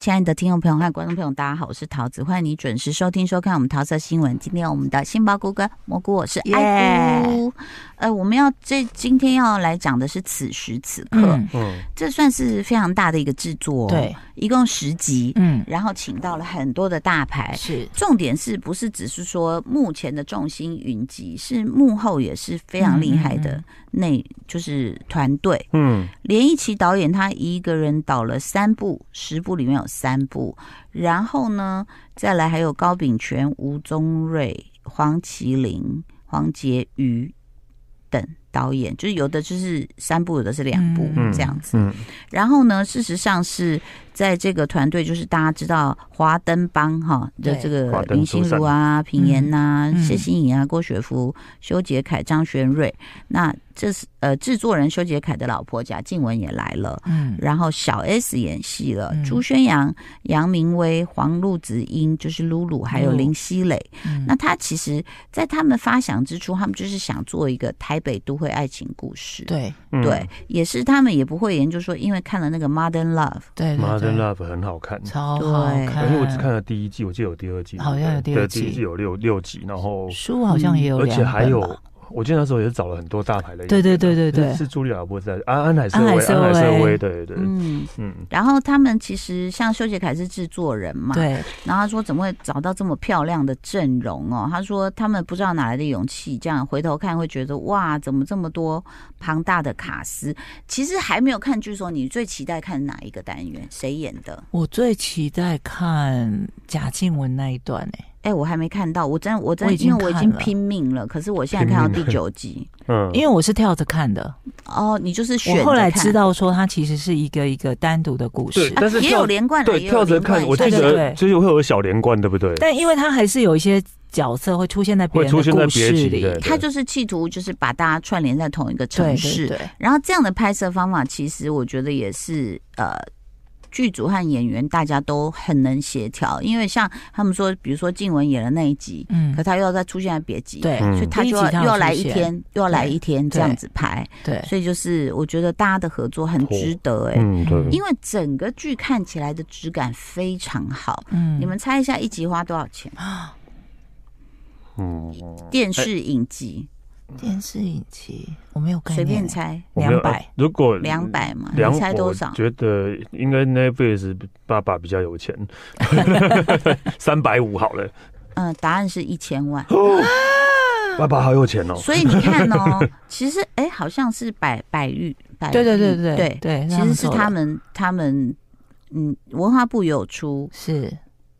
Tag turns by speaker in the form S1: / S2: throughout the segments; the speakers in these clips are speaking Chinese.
S1: 亲爱的听众朋友和观众朋友，大家好，我是桃子，欢迎你准时收听收看我们桃色新闻。今天我们的杏鲍菇跟蘑菇，我是爱菇。呃，我们要这今天要来讲的是此时此刻，
S2: 嗯，
S3: 嗯，
S1: 这算是非常大的一个制作、哦，
S2: 对，
S1: 一共十集，
S2: 嗯，
S1: 然后请到了很多的大牌。
S2: 是，
S1: 重点是不是只是说目前的重心云集，是幕后也是非常厉害的那就是团队。
S3: 嗯，
S1: 连一奇导演他一个人导了三部，十部里面有三部，然后呢，再来还有高秉权、吴宗瑞、黄麒麟、黄杰瑜等导演，就是有的就是三部，有的是两部、
S2: 嗯
S1: 这样子。
S3: 嗯，
S1: 然后呢，事实上是在这个团队，就是大家知道华灯帮哈的
S2: 对
S1: 这个
S3: 华灯
S1: 林心如啊、平岩呐、
S2: 嗯嗯
S1: 谢欣颖啊、郭雪芙、修杰楷、张玄瑞，那这是呃制作人修杰楷的老婆贾静雯也来了。
S2: 嗯，
S1: 然后小 S 演戏了，
S2: 嗯
S1: 朱宣阳、杨明威、黄璐子英就是露露，还有
S2: 露露
S1: 林熙蕾。
S2: 嗯
S1: 那他其实，在他们发想之初，他们就是想做一个台北都会爱情故事。
S2: 对
S3: 嗯
S1: 对，也是他们也不会研究说，因为看了那个《Modern Love》，
S2: 对对
S3: ，Modern
S2: 对
S3: Love 很好看，
S2: 超好
S1: 对
S2: 看，
S3: 而且我只看了第一季，我记得有第二季，
S2: 好像有
S3: 对
S2: 第二
S3: 对第一
S2: 季
S3: 季有六六集，然后
S2: 书，好像也有
S3: 嗯而
S2: 两
S3: 且
S2: 本
S3: 还有
S2: 吧，
S3: 我记得那时候也是找了很多大牌的演员啊，
S2: 对对对对对
S3: 是是茱莉亚·罗伯特，安安海瑟
S2: 安海
S3: 薇，
S2: 瑟
S3: 安海瑟
S2: 薇
S3: 薇，对对对，
S1: 嗯，
S3: 嗯，
S1: 然后他们其实像修杰楷是制作人嘛，，
S2: 对，
S1: 然后他说怎么会找到这么漂亮的阵容哦？他说他们不知道哪来的勇气，这样回头看会觉得哇，怎么这么多庞大的卡司？其实还没有看剧的时候，你最期待看哪一个单元？谁演的？
S2: 我最期待看贾静雯那一段欸诶、
S1: 哎，我还没看到，我真我真
S2: 我已经
S1: 因为我已经
S2: 看了
S1: 拼命了，可是我现在看到第九集
S3: 嗯，
S2: 因为我是跳着看的，
S1: 哦，你就是选
S2: 我
S1: 着
S2: 后来
S1: 看
S2: 知。道说它其实是一个一个单独的故事
S3: 对，但是
S1: 啊也
S3: 跳
S1: 有连贯的，
S3: 对
S1: 也有
S3: 跳着
S1: 连贯
S3: 看，我
S1: 的
S3: 记
S2: 对对
S3: 得
S2: 对
S3: 就是会有小连贯，对不对？
S2: 但因为它还是有一些角色会出现在别
S3: 会
S2: 人
S3: 出
S2: 的
S3: 现在
S2: 故
S3: 别
S2: 事
S3: 集
S2: 里，
S3: 的，
S1: 他就是企图就是把大家串联在同一个城
S2: 对
S1: 市，
S2: 对对，
S1: 然后这样的拍摄方法，其实我觉得也是呃。剧组和演员大家都很能协调，因为像他们说，比如说静雯演了那一集，
S2: 嗯
S1: 可，他又要再出现在别集，，
S2: 对
S3: 嗯
S1: 所以他
S2: 第一
S1: 就
S2: 集
S1: 要
S2: 他
S1: 又
S2: 有
S1: 要来
S2: 出
S1: 一
S2: 现
S1: 天，又要来一天这
S2: 对
S1: 样子拍，
S2: 对，哦
S1: 所以就是我觉得大家的合作很值得哎、
S3: 嗯，对，
S1: 因为整个剧看起来的质感非常好。
S2: 嗯啊
S1: 你们猜一下一集花多少钱？
S3: 嗯，
S1: 电视影集
S2: 电视影集我没有概
S1: 随
S2: 念
S1: 便
S2: 欸，
S1: 猜
S3: 我没有呃
S2: 200
S3: 如果
S1: 两百嘛，
S3: 嗯两
S1: 你猜多少
S3: 我？觉得应该 Netflix 爸爸比较有钱， 三百五好了。
S1: 嗯、答案是一千万。
S3: 哦爸爸好有钱哦，
S1: 所以你看哦，其实哎、好像是百百玉，百
S3: 呃
S1: 玉
S2: 对对对对
S1: 对，
S2: 对，
S1: 其实是
S2: 做
S1: 他
S2: 的
S1: 们他们嗯，文化部有出
S2: 是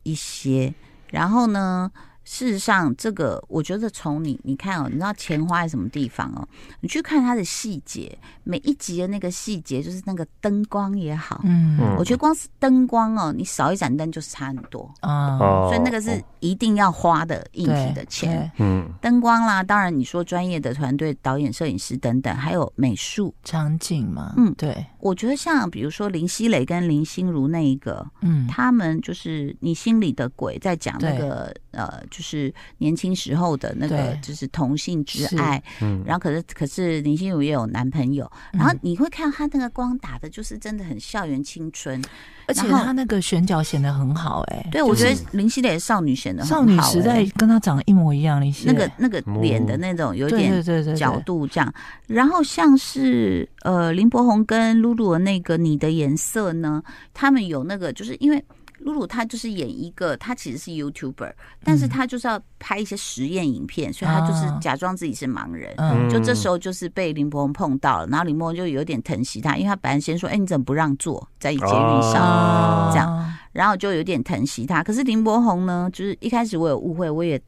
S1: 一些，然后呢，事实上这个我觉得从你你看哦，你知道钱花在什么地方哦，你去看它的细节，每一集的那个细节就是那个灯光也好，
S2: 嗯
S1: 我觉得光是灯光哦，你少一盏灯就是差很多。
S2: 啊
S1: 嗯
S3: 哦
S1: 所以那个是一定要花的硬体
S2: 对
S1: 的钱，
S2: 对
S3: 嗯
S1: 灯光啦，当然你说专业的团队、导演、摄影师等等，还有美术。
S2: 场景嘛，
S1: 嗯
S2: 对，
S1: 我觉得像比如说林熙蕾跟林心如那一个，
S2: 嗯
S1: 他们就是你心里的鬼在讲那
S2: 对
S1: 个呃，就是年轻时候的那个
S2: 对
S1: 就是同性之爱，
S3: 嗯，
S1: 然后可是可是林心如也有男朋友，然后
S2: 嗯
S1: 你会看到她那个光打的就是真的很校园青春。
S2: 而且
S1: 然后
S2: 他那个选角显得很好哎、
S1: 对，我觉得林熙蕾的少女显得很
S2: 少女
S1: 好
S2: 时
S1: 欸
S2: 代跟他长得一模一样，林夕
S1: 那个那个脸的
S3: 嗯
S1: 那种有
S2: 对
S1: 点
S2: 对对对
S1: 角度这样。然后像是呃林柏宏跟露露的那个《你的颜色》呢，他们有那个就是因为。露露她就是演一个，她其实是 YouTuber，但是她就是要拍一些实验影片，所以她就是
S2: 嗯啊
S1: 假装自己是盲人。
S2: 嗯
S1: 就这时候就是被林柏宏碰到了，然后林柏宏就有点疼惜他，因为他本来先说：“哎、你怎么不让座？”在捷运上，
S3: 啊
S1: 这样 然后就有点疼惜他。可是林柏宏呢，就是一开始我有误会，我也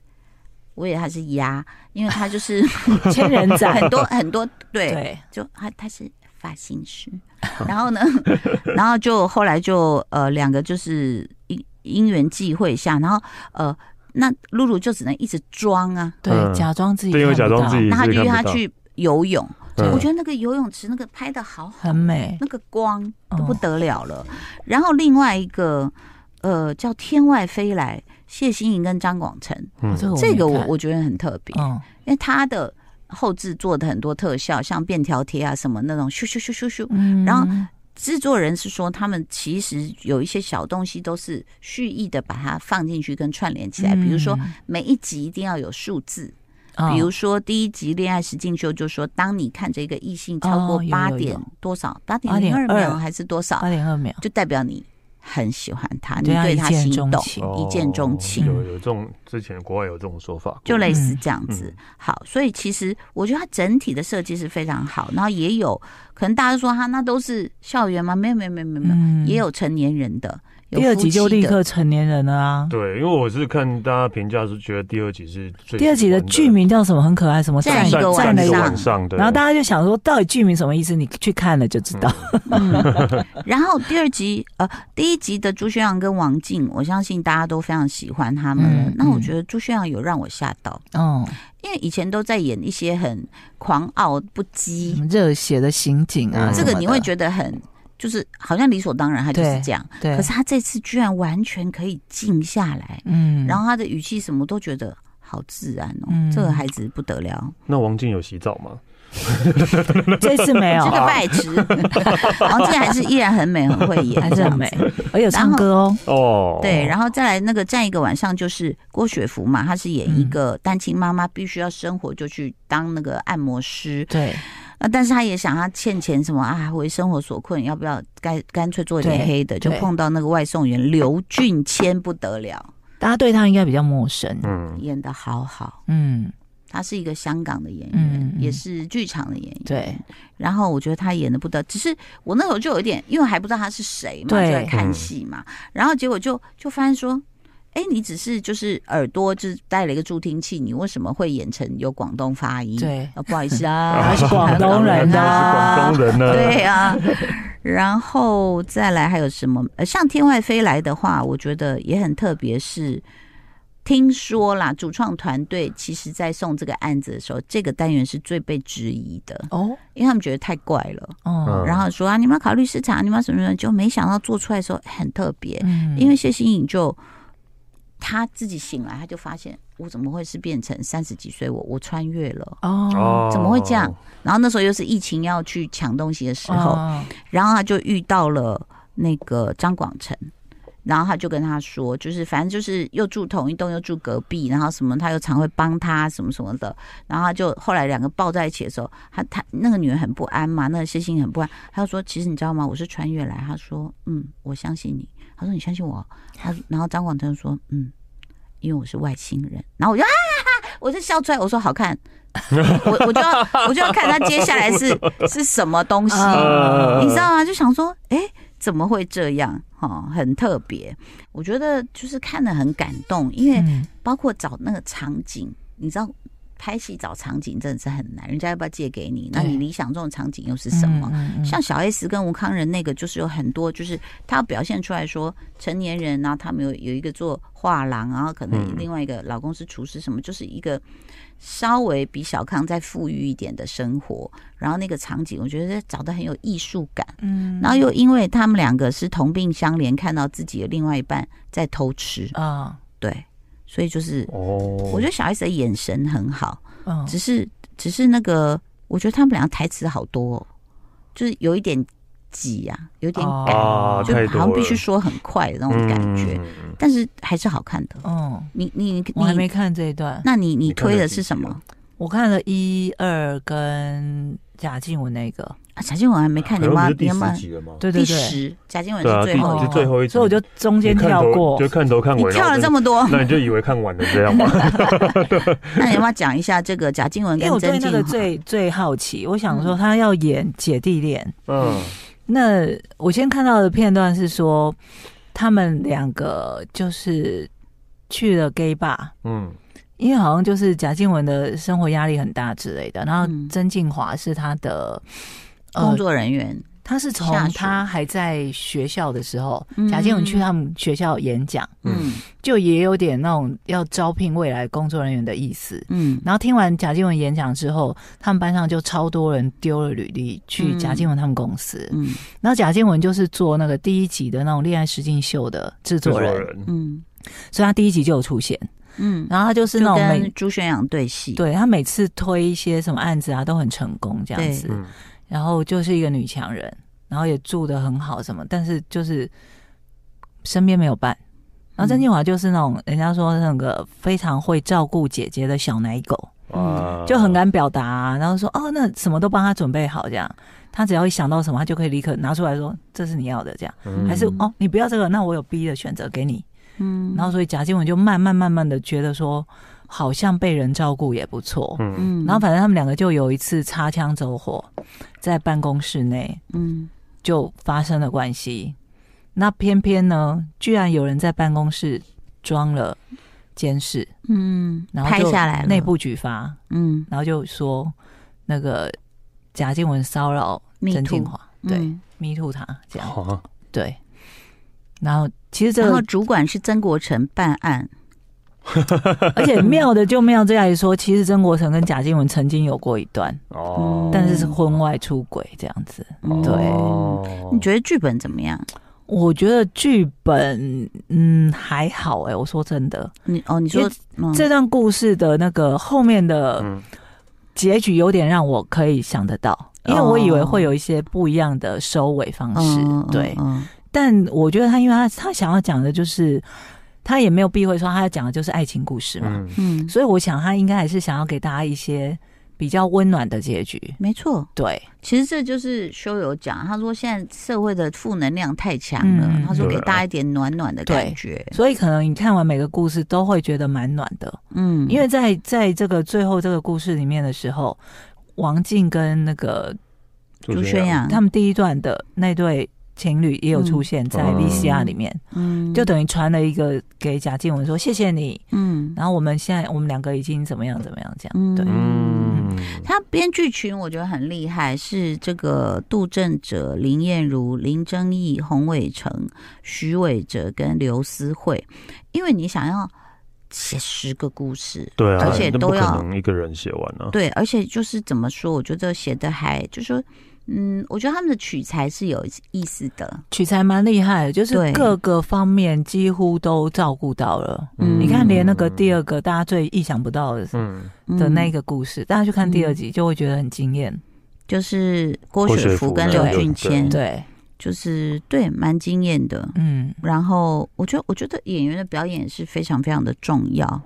S1: 我以为他是鸭，因为他就是
S2: 千人斩
S1: 很多很多对，
S2: 对，
S1: 就他他是发型师， 然后呢，然后就后来就呃两个就是呃因因缘际会下，然后呃那露露就只能一直装啊，
S3: 嗯
S2: 对，假装自己
S3: 对因为
S2: 看不
S3: 假装
S2: 到
S3: 自己也
S1: 那他就约他
S3: 是嗯看不到
S1: 去游泳，
S3: 嗯
S1: 我觉得那个游泳池那个拍的好好
S2: 很美，
S1: 那个光
S2: 哦
S1: 都不得了了。然后另外一个，呃，叫《天外飞来》，谢欣颖跟张广成，
S3: 嗯
S2: 这个
S1: 这个我
S2: 没
S1: 我觉得很特别，
S2: 看嗯
S1: 因为他的后置做的很多特效，像便条贴啊什么那种，咻咻咻咻咻。
S2: 嗯，
S1: 然后制作人是说，他们其实有一些小东西都是蓄意的把它放进去跟串联起来，比如说每一集一定要有数字，
S2: 嗯，
S1: 比如
S2: 嗯
S1: 说第一集《恋爱实境秀》就说，当你看着一个异性超过
S2: 哦有有
S1: 八
S2: 有
S1: 点多少，八点零二
S2: 8.2
S1: 秒还是多少，
S2: 八点二秒，
S1: 就代表你很喜欢他，你
S2: 对他
S1: 对
S2: 一
S1: 他
S2: 见
S1: 心
S2: 钟
S1: 动，
S2: 情
S3: 哦
S1: 一见钟情
S3: 有有这种之前国外有这种说法过，
S1: 就类似
S2: 嗯
S1: 这样子
S3: 嗯。
S1: 好，所以其实我觉得它整体的设计是非常好，然后也有可能大家说他那都是校园吗？没有没有没有没有没有，
S2: 嗯
S1: 也有成年人的，有
S2: 第二
S1: 夫
S2: 集就
S1: 妻
S2: 立
S1: 的
S2: 刻成年人了啊。
S3: 对，因为我是看大家评价是觉得第二集是最
S2: 第二集的剧名叫什么？很可爱，什么
S1: 占
S2: 占
S1: 一个
S3: 站
S1: 晚
S2: 占
S3: 站
S2: 了
S3: 一
S2: 一
S3: 个
S1: 上
S3: 晚上的，
S2: 然后大家就想说，到底剧名什么意思？你去看了就知道。
S1: 嗯， 然后第二集呃，第一集的朱轩阳跟王静，我相信大家都非常喜欢他们了。
S2: 嗯
S1: 那我
S2: 嗯
S1: 觉得朱轩阳有让我吓到，
S2: 嗯，
S1: 因为以前都在演一些很狂傲不羁，
S2: 什么热血的刑警啊，
S3: 嗯
S1: 这个你会觉得很就是好像理所当然，他就是
S2: 对
S1: 这样。
S2: 得，对，
S1: 可是他这次居然完全可以静下来，
S2: 嗯，
S1: 然后他的语气什么都觉得好自然哦，
S2: 嗯
S1: 这个孩子不得了，
S3: 那王静有洗澡吗？
S2: 这次没有
S1: 这，个败职，王静还是依然很美，很会演，
S2: 还是很美
S1: 这样子。，
S2: 而且有唱歌哦，
S3: 哦，
S1: 对，然后再来那个站一个晚上就是郭雪芙嘛，她是演
S2: 嗯
S1: 一个单亲妈妈，必须要生活就去当那个按摩师。
S2: 对，
S1: 那但是她也想，她欠钱什么啊，为生活所困，要不要干干脆做一点
S2: 对
S1: 黑的？就
S2: 对
S1: 碰到那个外送员刘俊谦，不得了，
S2: 大家对他应该比较陌生。
S3: 嗯，
S1: 演的好好。
S2: 嗯，
S1: 他是一个香港的演员，
S2: 嗯嗯
S1: 也是剧场的演员。
S2: 对，
S1: 然后我觉得他演的不得，只是我那时候就有一点，因为还不知道他是谁嘛，
S2: 对
S1: 就在看戏嘛。然后结果就就发现说，哎，你只是就是耳朵就是带了一个助听器，你为什么会演成有广东发音？
S2: 对
S1: 啊，不好意思啊，
S2: 他是广东 人的
S3: 他
S1: 啊
S3: 嗯是广东人呢，
S1: 对啊。然后再来还有什么？呃，像天外飞来的话，我觉得也很特别是，听说啦，主创团队其实在送这个案子的时候，这个单元是最被质疑的，
S2: 哦，
S1: 因为他们觉得太怪了。
S2: 哦，
S3: 嗯
S1: 然后说啊，你们要考虑市场，你们要什么什么，就没想到做出来的时候很特别。
S2: 嗯
S1: 因为谢欣颖就她自己醒来，她就发现我怎么会是变成三十几岁我我穿越了。
S2: 哦，
S1: 怎么会这样？然后那时候又是疫情要去抢东西的时候，
S2: 哦
S1: 然后她就遇到了那个张广成。然后他就跟他说，就是反正就是又住同一栋，又住隔壁，然后什么他又常会帮他什么什么的，然后他就后来两个抱在一起的时候，他他那个女人很不安嘛，那个谢欣很不安，他就说其实你知道吗，我是穿越来，他说嗯，我相信你，他说你相信我，他然后张广成说嗯，因为我是外星人，然后我就啊，我就笑出来，我说好看，我我就要我就要看他接下来是是什么东西，
S3: 呃
S1: 你知道吗？就想说，哎、怎么会这样？哈、很特别。我觉得就是看得很感动，因为
S2: 嗯
S1: 包括找那个场景，你知道拍戏找场景真的是很难，人家要不要借给你？那
S2: 对
S1: 你理想中的场景又是什么？
S2: 嗯嗯嗯
S1: 像小 S 跟吴康仁那个，就是有很多，就是他要表现出来说成年人然后他们有有一个做画廊，然后可能
S3: 嗯
S1: 另外一个老公是厨师，什么，就是一个稍微比小康再富裕一点的生活。然后那个场景，我觉得找的很有艺术感。
S2: 嗯
S1: 然后又因为他们两个是同病相怜，看到自己的另外一半在偷吃，
S2: 啊，
S1: 对，所以就是
S3: 哦，
S1: 我觉得小 S 的眼神很好，
S2: 嗯
S1: 只是只是那个，我觉得他们俩台词好多、哦，就是有一点挤啊，有点
S2: 哦
S1: 赶，
S3: 啊，
S1: 就
S3: 太
S1: 好
S3: 多
S1: 像
S3: 了
S1: 必须说很快的那种感觉，
S3: 嗯
S1: 但是还是好看的。
S2: 嗯，
S1: 你你
S2: 我还没
S1: 你，
S2: 看这一段，
S1: 那你你
S3: 你看啊
S1: 推的
S3: 了几
S1: 是什
S3: 集
S1: 么
S3: 了？
S2: 我看了一二跟贾静雯那个，
S1: 啊贾静雯还没看，你
S4: 好像
S1: 妈
S4: 不是
S1: 你
S4: 第
S1: 要
S4: 十
S1: 吗？
S4: 集了吗？
S2: 对对
S1: 第
S2: 对，
S1: 十，贾静雯
S3: 对
S1: 是
S3: 啊，
S1: 最后
S3: 第
S1: 一
S3: 第
S1: 个，
S3: 最后一集，
S2: 所以我就中间
S3: 你看
S2: 跳
S3: 头
S2: 过
S3: 就。看头看
S1: 你
S3: 尾，
S1: 跳了这
S3: 么，
S1: 么多，
S3: 那你就以为看完了这样吗？
S1: 那你要不要讲一下这个贾静雯
S2: 因为我
S1: 跟
S2: 对
S1: 曾静
S2: 那 个
S1: 华？
S2: 最最好奇，我想
S1: 嗯
S2: 说他要演姐弟恋，
S3: 嗯，
S2: 那我先看到的片段是说他们两个就是去了 gay bar，
S3: 嗯，
S2: 因为好像就是贾静雯的生活压力很大之类的，然后
S1: 嗯
S2: 曾静华是她的、哦
S1: 工，作人员，
S2: 她是从
S1: 下属
S2: 她还在学校的时候
S1: 嗯，
S2: 贾静雯去他们学校演讲，
S1: 嗯
S2: 就也有点那种要招聘未来工作人员的意思。
S1: 嗯，
S2: 然后听完贾静雯演讲之后，他们班上就超多人丢了履历去
S1: 嗯
S2: 贾静雯他们公司。
S1: 嗯
S2: 然后贾静雯就是做那个第一集的那种恋爱实境秀的制
S3: 制
S2: 作
S3: 作
S2: 人，
S3: 人，
S1: 嗯
S2: 所以她第一集就有出现。
S1: 嗯，
S2: 然后她就是
S1: 就
S2: 那种每
S1: 跟朱宣阳对戏，
S2: 对她每次推一些什么案子啊，都很成功这样子。
S3: 嗯，
S2: 然后就是一个女强人，然后也住的很好什么，但是就是身边没有伴。然后曾
S1: 嗯
S2: 静华就是那种人家说那个非常会照顾姐姐的小奶狗，
S1: 嗯
S3: 哇
S2: 就很，敢表达、然后说哦，那什么都帮她准备好这样。她只要一想到什么，她就可以立刻拿出来说这是你要的这样，
S3: 嗯
S2: 还是哦你不要这个，那我有 B 的选择给你。
S1: 嗯，
S2: 然后所以贾静雯就慢慢慢慢的觉得说，好像被人照顾也不错。
S3: 嗯，
S1: 嗯，
S2: 然后反正他们两个就有一次擦枪走火，在办公室内
S1: 嗯
S2: 就发生了关系。那偏偏呢，居然有人在办公室装了监视，
S1: 嗯，
S2: 然后
S1: 拍
S2: 就
S1: 下来了
S2: 内，部举发，
S1: 嗯，
S2: 然后就说那个贾静雯骚扰
S1: Me
S2: 曾静
S1: too
S2: 华，对
S1: 嗯，
S2: ，me too 他这样，
S3: 好，啊
S2: 对。然后其实这
S1: 然后
S2: 个，
S1: 主管是曾国成办案，
S2: 而且妙的就妙在说，其实曾国成跟贾静雯曾经有过一段，
S3: 哦，
S2: 但是是婚外出轨这样子。
S1: 嗯
S2: 对
S3: 哦
S1: 你觉得剧本怎么样？
S2: 我觉得剧本，嗯，还好哎、我说真的，
S1: 你哦，你
S2: 因
S1: 说
S2: 为
S1: 嗯
S2: 这段故事的那个后面的
S3: 嗯
S2: 结局有点让我可以想得到，因为我以为会有一些不一样的收尾方式，
S1: 嗯
S2: 对。
S1: 嗯
S2: 但我觉得他，因为他他想要讲的就是，他也没有避讳说他要讲的就是爱情故事嘛，
S3: 嗯
S1: 嗯，
S2: 所以我想他应该还是想要给大家一些比较温暖的结局，
S1: 没错，
S2: 对，
S1: 其实这就是修友讲，他说现在社会的负能量太强了，
S2: 嗯
S1: 他说
S3: 对
S1: 给
S3: 啊
S1: 大家一点暖暖的感觉，
S2: 所以可能你看完每个故事都会觉得蛮暖的，
S1: 嗯，
S2: 因为在在这个最后这个故事里面的时候，王静跟那个
S1: 朱宣，阳
S2: 他们第一段的那对情侣也有出现在
S3: 嗯
S2: VCR 里面，
S1: 嗯
S2: 就等于传了一个给贾静雯说谢谢你，
S1: 嗯
S2: 然后我们现在我们两个已经怎么样怎么样这样，
S1: 嗯
S2: 对，
S3: 嗯，
S1: 他编剧群我觉得很厉害，是这个杜振哲、林燕如、林正义、洪伟成、徐伟哲跟刘思慧，因为你想要写十个故事，
S3: 对啊，
S1: 而且
S3: 那
S1: 都
S3: 不
S1: 要
S3: 可能一个人写完啊，
S1: 对，而且就是怎么说，我觉得写的还就是说，嗯，我觉得他们的取材是有意思的，
S2: 取材蛮厉害的，就是
S1: 对
S2: 各个方面几乎都照顾到了。
S1: 嗯
S2: 你看，连那个第二个大家最意想不到的
S3: 嗯，
S2: 的那
S1: 个
S2: 个故事，大家去看第
S1: 嗯
S2: 二集就会觉得很惊艳。
S1: 就是郭
S3: 郭
S1: 雪
S3: 雪
S1: 芙
S3: 芙
S1: 跟
S3: 那
S1: 刘
S2: 个
S1: 俊
S3: 对
S1: 谦，，
S2: 对，
S1: 就是对，蛮惊艳的。
S2: 嗯，
S1: 然后我觉得，我觉得演员的表演是非常非常的重要。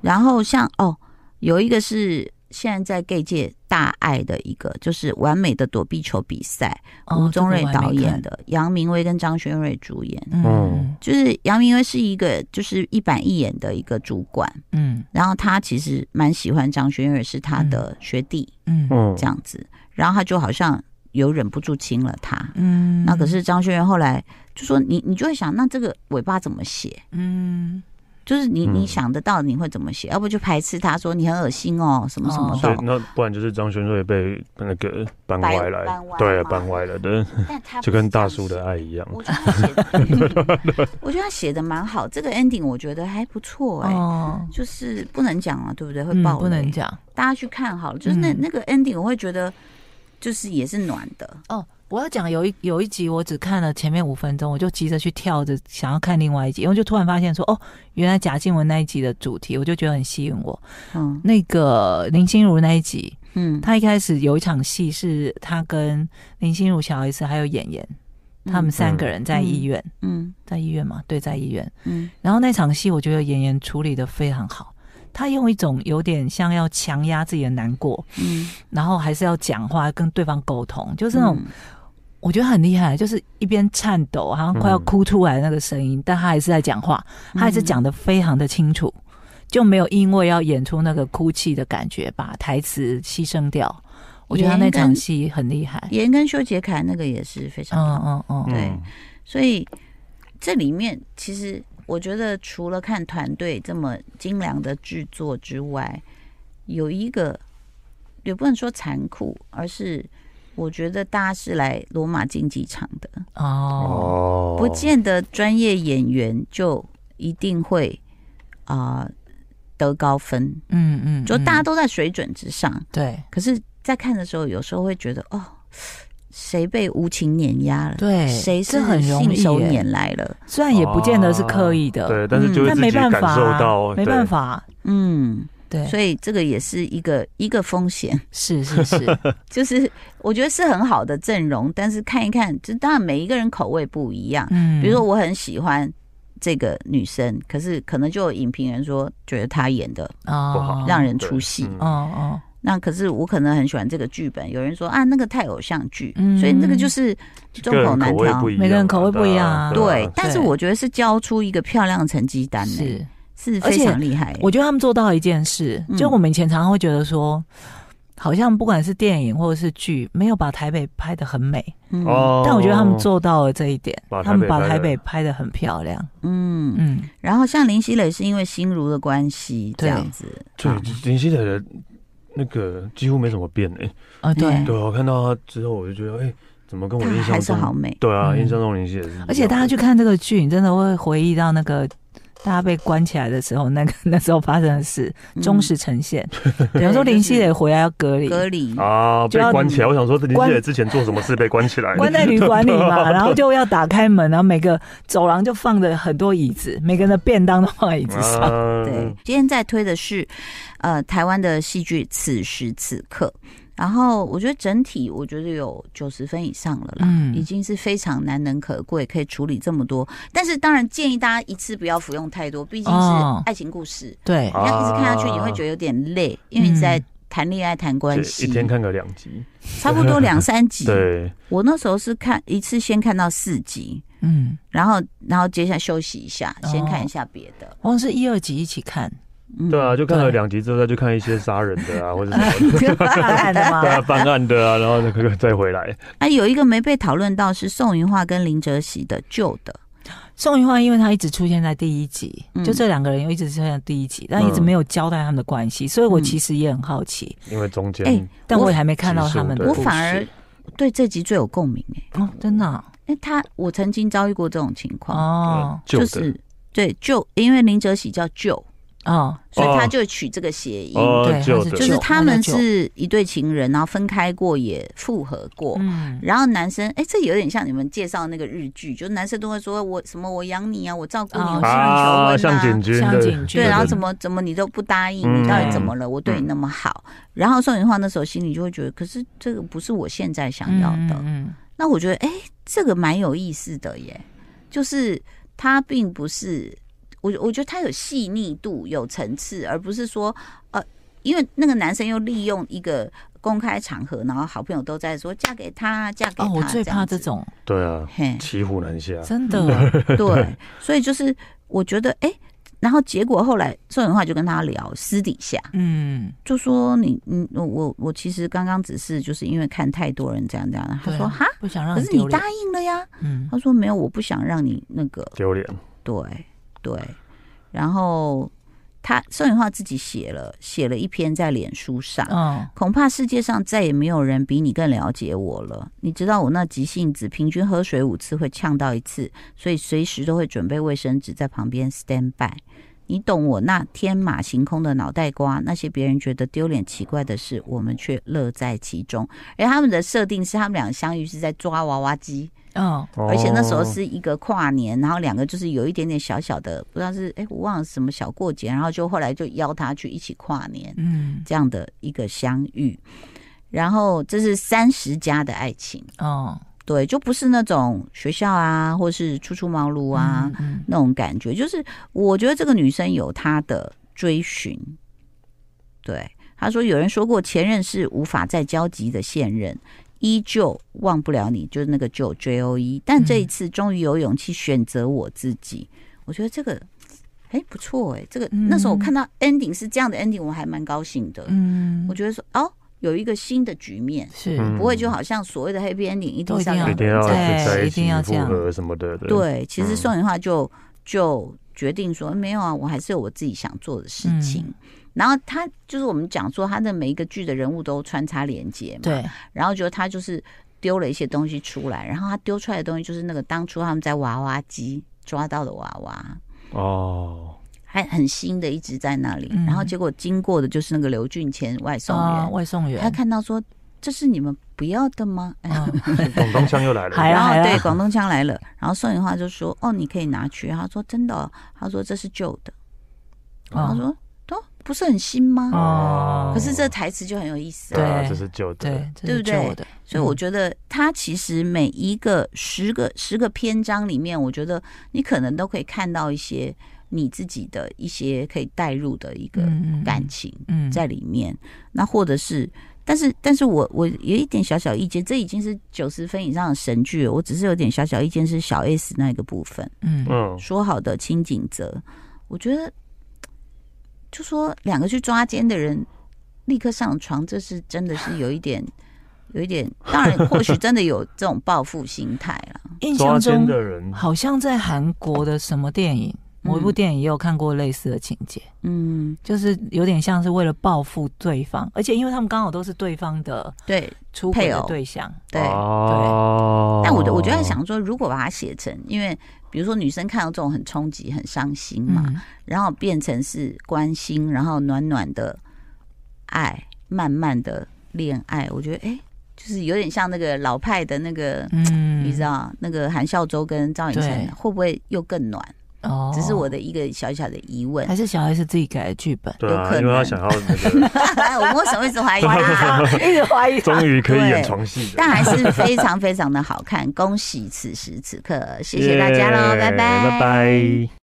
S1: 然后像哦，有一个是现在在 gay 界大爱的一个，就是《完美的躲避球比赛》，
S2: 哦
S1: 吴宗瑞导演
S2: 的，
S1: 的，杨明威跟张轩瑞主演。
S2: 嗯嗯
S3: 嗯
S1: 就是杨明威是一个就是一板一眼的一个主管，
S2: 嗯
S1: 然后他其实蛮喜欢张轩瑞，是他的学弟
S2: 嗯
S3: 嗯
S1: 这，样子，然后他就好像有忍不住亲了他。
S2: 嗯
S1: 那可是张轩然后来就说你，你就会想，那这个尾巴怎么写？
S2: 嗯
S1: 就是你
S3: 嗯
S1: 你想得到你会怎么写，要不就排斥他说你很恶心哦，什么什么
S3: 所以
S1: 的。
S3: 那不然就是张轩瑞被那个搬
S1: 搬
S3: 歪来
S1: 搬歪，
S3: 对，
S1: 嘛
S3: 搬歪了的，
S1: 但他
S3: 就
S1: 不是
S3: 跟
S1: 这样
S3: 大叔的爱一样
S1: 写，。我觉得他写的，我觉得他写的蛮好，这个 ending 我觉得还不错哎、
S2: 哦，
S1: 就是不能讲啊，对不对？会
S2: 嗯
S1: 爆、
S2: 不能，讲
S1: 大家去看好了。就是那、
S2: 嗯
S1: 那个 ending，我会觉得就是也是暖的。
S2: 哦。我要讲有一有一集，我只看了前面五分钟，我就急着去跳着想要看另外一集，因为就突然发现说，哦，原来贾静雯那一集的主题，我就觉得很吸引我。
S1: 嗯
S2: 那个林心如那一集，
S1: 嗯，
S2: 她一开始有一场戏是她跟林心如、小 S 还有演员，他们三个人在医院，
S1: 嗯
S2: 在医院嘛，对，在医院。
S1: 嗯
S2: 然后那场戏，我觉得演员处理的非常好，他用一种有点像要强压自己的难过，
S1: 嗯，
S2: 然后还是要讲话跟对方沟通，就是那种、
S1: 嗯
S2: 我觉得很厉害，就是一边颤抖，好像快要哭出来的那个声音，但他还是在讲话，他还是讲的非常的清楚，就没有因为要演出那个哭泣的感觉，把台词牺牲掉。我觉得他那场戏很厉害。
S1: 严跟修杰楷那个也是非常好，
S2: 嗯嗯嗯，
S1: 对所以这里面其实我觉得除了看团队这么精良的制作之外，有一个也不能说残酷，而是我觉得大家是来罗马竞技场的，
S2: 哦，
S3: 哦
S1: 不见得专业演员就一定会啊、得高分，
S2: 嗯嗯，
S1: 就大家
S2: 嗯
S1: 都在水准之上。
S2: 对
S1: 可是，在看的时候，有时候会觉得哦，谁被无情碾压了？
S2: 对，
S1: 谁是
S2: 这很容易
S1: 信手
S2: 耶，
S1: 拈来了？
S2: 虽然也不见得是刻意的，
S3: 哦对，但是就会
S2: 但
S3: 自
S2: 嗯没
S3: 己
S2: 办
S3: 感
S2: 法
S3: 受到
S2: 啊，，没办
S3: 对，
S2: 法，
S1: 嗯，
S2: 对，
S1: 所以这个也是一个一个风险，
S2: 是是是，
S1: 就是我觉得是很好的阵容，但是看一看，就当然每一个人口味不一样。
S2: 嗯，
S1: 比如说我很喜欢这个女生，可是可能就有影评人说觉得她演的
S2: 啊，
S3: 不好
S1: 让人
S3: 对
S1: 出戏，
S3: 嗯
S2: 哦哦，
S1: 那可是我可能很喜欢这个剧本，有人说啊那个太偶像剧，
S2: 嗯
S1: 所以那个就是众
S3: 个
S1: 口
S3: 人
S1: 难
S3: 味
S1: 调
S3: 不。一样啊，
S2: 每个人口味不一样啊
S1: 对
S3: 啊，
S1: 但是
S2: 对
S1: 我觉得是交出一个漂亮的成绩单呢、
S2: 是。
S1: 是
S2: 而
S1: 非
S2: 且
S1: 常厉害、
S2: 我觉得他们做到一件事，
S1: 嗯
S2: 就我们以前常常会觉得说，好像不管是电影或者是剧，没有把台北拍得很美，
S1: 嗯
S3: 哦，
S2: 但我觉得他们做到了这一点，
S3: 把
S2: 他们把台
S3: 台北
S2: 北拍得很漂亮。
S1: 嗯
S3: 哦
S2: 嗯，
S1: 然后像林熙蕾是因为心如的关系这
S2: 对
S1: 样子，
S3: 对
S1: 啊
S3: 林夕磊的那个几乎没怎么变诶、
S2: 啊，对
S1: 嗯。
S3: 对我看到他之后，我就觉得哎、怎么跟我
S1: 她
S3: 印象
S1: 还是好
S3: 中
S1: 美。
S3: 对啊，
S2: 嗯
S3: 印象中林夕也是一样的，
S2: 而且大家去看这个剧，你真的会回忆到那个大家被关起来的时候，那个 那时候发生的事，
S1: 嗯
S2: 忠实呈现。比
S1: 对
S2: 方说林
S1: 就是
S2: 熙蕾回来要隔离，
S1: 隔离，
S3: 啊
S2: 就
S3: 被
S2: 要
S3: 关起来，我想说林夕
S2: 关
S3: 磊之前做什么事被关起来， 啊
S2: 关在旅馆里嘛，然后就要打开门，然后每个走廊就放着很多椅子，每个人的便当都放在椅子上。
S3: 啊
S1: 对，今天在推的是呃台湾的戏剧《此时此刻》，然后我觉得整体我觉得有九十分以上了啦，
S2: 嗯
S1: 已经是非常难能可贵，可以处理这么多。但是当然建议大家一次不要服用太多，毕竟是
S2: 哦
S1: 爱情故事，
S2: 对
S3: 啊
S1: 你要一直看下去你会觉得有点累，因为你在谈恋爱、谈关
S3: 对
S1: 系，
S3: 一天看个两集，
S1: 差不多两三集。
S3: 对，
S1: 我那时候是看一次，先看到四集。
S2: 嗯，
S1: 然后，然后接下来休息一下，先
S2: 哦
S1: 看一下别的。
S2: 好像是一二集一起 看，
S1: 嗯
S3: 对啊，就看了
S2: 对
S3: 两集之后再去看一些杀人的啊，或者什么
S2: 看的
S3: 对啊
S2: 吗？
S3: 办案的啊，然后再再回来，
S1: 啊，有一个没被讨论到是宋云画跟林哲喜的旧的，
S2: 宋云花因为她一直出现在第一集，
S1: 嗯
S2: 就这两个人又一直出现在第一集，但一直没有交代他们的关系，所以我其实也很好奇，
S3: 因为中间
S1: 哎
S2: 但我也还没看到他们的
S3: 对
S1: 我
S2: 故事。
S1: 反而对这集最有共鸣哎、
S2: 哦，真的啊
S1: 因为他我曾经遭遇过这种情况，
S2: 哦
S3: 呃旧
S1: 就
S3: 的
S1: 是对旧，因为林哲喜叫旧，
S2: 哦，
S1: 所以
S3: 哦
S1: 他就取这个谐音。
S3: 哦
S2: 对，
S3: 旧的
S2: 她
S1: 就
S2: 旧
S1: 是他们，
S2: 她叫旧
S1: 是一对情人，然后分开过，也复合过。
S2: 嗯，
S1: 然后男生，哎，这有点像你们介绍那个日剧，就是男生都会说我什么我养你啊，我照顾你，
S2: 哦
S1: 我
S3: 啊，
S1: 向
S3: 向
S1: 你求婚啊
S3: 景，君
S2: 像
S3: 的
S2: 景君
S1: 对，然后怎
S2: 嗯
S3: 么
S1: 么怎么你都不答应，
S3: 嗯
S1: 你到底怎么了？我对你那么好，然后宋云花那时候心里就会觉得，可是这个不是我现在想要的。
S2: 嗯
S1: 那我觉得，哎，这个蛮有意思的耶，就是他并不是我，我觉得他有细腻度、有层次，而不是说呃，因为那个男生又利用一个公开场合，然后好朋友都在说嫁给他，嫁给他，
S2: 哦，我最怕这
S1: 样子。
S2: 种，
S3: 对啊，
S1: 嘿，
S3: 骑虎难下，
S2: 真的，
S1: 对，所以就是我觉得，哎、然后结果后来宋永化就跟他聊，私底下
S2: 嗯，
S1: 就说你，你我我我其实刚刚只是就是因为看太多人这样这样，他
S2: 对啊
S1: 说哈，
S2: 不想让
S1: 可
S2: 你
S1: 是你
S2: 丢脸
S1: 答，应了呀，
S2: 嗯
S1: 他说没有，我不想让你那个，
S3: 丢脸，
S1: 对对，然后他宋永化自己写了写了一篇在脸书上。
S2: 嗯，
S1: 恐怕世界上再也没有人比你更了解我了。你知道我那急性子，平均喝水五次会呛到一次，所以随时都会准备卫生纸在旁边 stand by。你懂我那天马行空的脑袋瓜，那些别人觉得丢脸奇怪的事，我们却乐在其中。而他们的设定是，他们俩相遇是在抓娃娃机，
S2: 嗯，
S1: 而且那时候
S3: 哦
S1: 是一个跨年，然后两个就是有一点点小小的，不知道是哎、我忘了什么小过节，然后就后来就邀他去一起跨年。
S2: 嗯，
S1: 这样的一个相遇。然后这是三十家的爱情，
S2: 哦，
S1: 对，就不是那种学校啊，或是初出茅庐啊、
S2: 嗯，嗯
S1: 那种感觉。就是我觉得这个女生有她的追寻，对，他说有人说过，前任是无法再交集的现任，依旧忘不了你，就是那个旧 J O E。但
S2: 嗯
S1: 这一次终于有勇气选择我自己，我觉得这个。哎，不错哎，这个、
S2: 嗯
S1: 那时候我看到 ending 是这样的 ending，我还蛮高兴的。
S2: 嗯
S1: 我觉得说哦，有一个新的局面，
S2: 是
S3: 嗯
S1: 不会就好像所谓的 happy ending 一定
S2: 都一
S1: 是要
S2: 定
S1: 两
S2: 要
S3: 哦一
S1: 个
S3: 定
S1: 人在一
S3: 要
S1: 起
S2: 对
S3: 在
S2: 一定
S3: 起
S2: 要这
S3: 复
S2: 样
S3: 合什么的，对
S1: 对，其实
S3: 嗯
S1: 宋雨化就就决定说没有啊，我还是有我自己想做的事情。
S2: 嗯
S1: 然后他就是我们讲说，他的每一个剧的人物都穿插连接嘛，
S2: 对，
S1: 然后就他就是丢了一些东西出来，然后他丢出来的东西就是那个当初他们在娃娃机抓到的娃娃，
S3: 哦，
S1: 还很新的一直在那里。
S2: 嗯
S1: 然后结果经过的就是那个刘俊前外送
S2: 啊，
S1: 员，
S2: 外送员，
S1: 他看到说这是你们不要的吗？
S2: 嗯
S3: 广东腔又来了，
S2: 还来
S1: 然
S2: 了
S1: 后
S2: 来了
S1: 对广东腔来了，然后宋雨化就说：“哦，你可以拿去。”他说：“真的哦、他说：“这是旧的。”然后
S2: 哦
S1: 说：“都不是很新吗？”
S3: 哦，
S1: 可是这台词就很有意思、
S3: 对
S1: 啊，
S3: 啊，
S2: 对嗯
S3: 这是旧的，
S2: 对，这
S1: 对不
S2: 是
S1: 对
S2: 旧的，
S1: 所以我觉得他其实每一个十个十个篇章里面，我觉得你可能都可以看到一些你自己的一些可以带入的一个
S2: 嗯嗯
S1: 感情
S2: 嗯
S1: 在里面。那或者是，但是但是我我有一点小小意见，这已经是九十分以上的神剧了，我只是有点小小意见是小 S 那个部分。
S2: 嗯嗯
S3: 嗯，
S1: 说好的清景泽，我觉得就说两个去抓奸的人立刻上床，这是真的是有一点，有一点，当然或许真的有这种报复心态了。
S2: 印
S3: 抓
S2: 象
S3: 奸
S2: 中
S3: 的人
S2: 好像在韩国的什么电影，某一部电影也有看过类似的情节，
S1: 嗯，
S2: 就是有点像是为了报复对方，而且因为他们刚好都是对方的
S1: 对
S2: 出轨
S1: 配
S2: 的
S1: 偶
S2: 对象，
S1: 对。
S3: 哦，
S1: 但我就我就在想说，如果把它写成，因为比如说女生看到这种很冲击、很伤心嘛，
S2: 嗯，
S1: 然后变成是关心，然后暖暖的爱，慢慢的恋爱，我觉得哎、诶就是有点像那个老派的那个
S2: 嗯
S1: 你知道那个韩孝周跟赵寅成
S2: 对
S1: 会不会又更暖？
S2: 哦，哎
S1: 只是我的一个小小的疑问
S2: 还。是小 S 自己改的剧 本，
S3: 对
S1: 有
S3: 啊，
S1: 可
S3: 因为他
S1: 能
S3: 想要那个，
S1: 哎我为什么一直怀疑他？
S2: 一直怀疑
S3: 终于可以演
S1: 对
S3: 床戏的
S1: 但，还是非常非常的好看，恭喜此时此刻，谢谢大家喽，
S3: 耶
S1: 拜拜，
S3: 拜拜。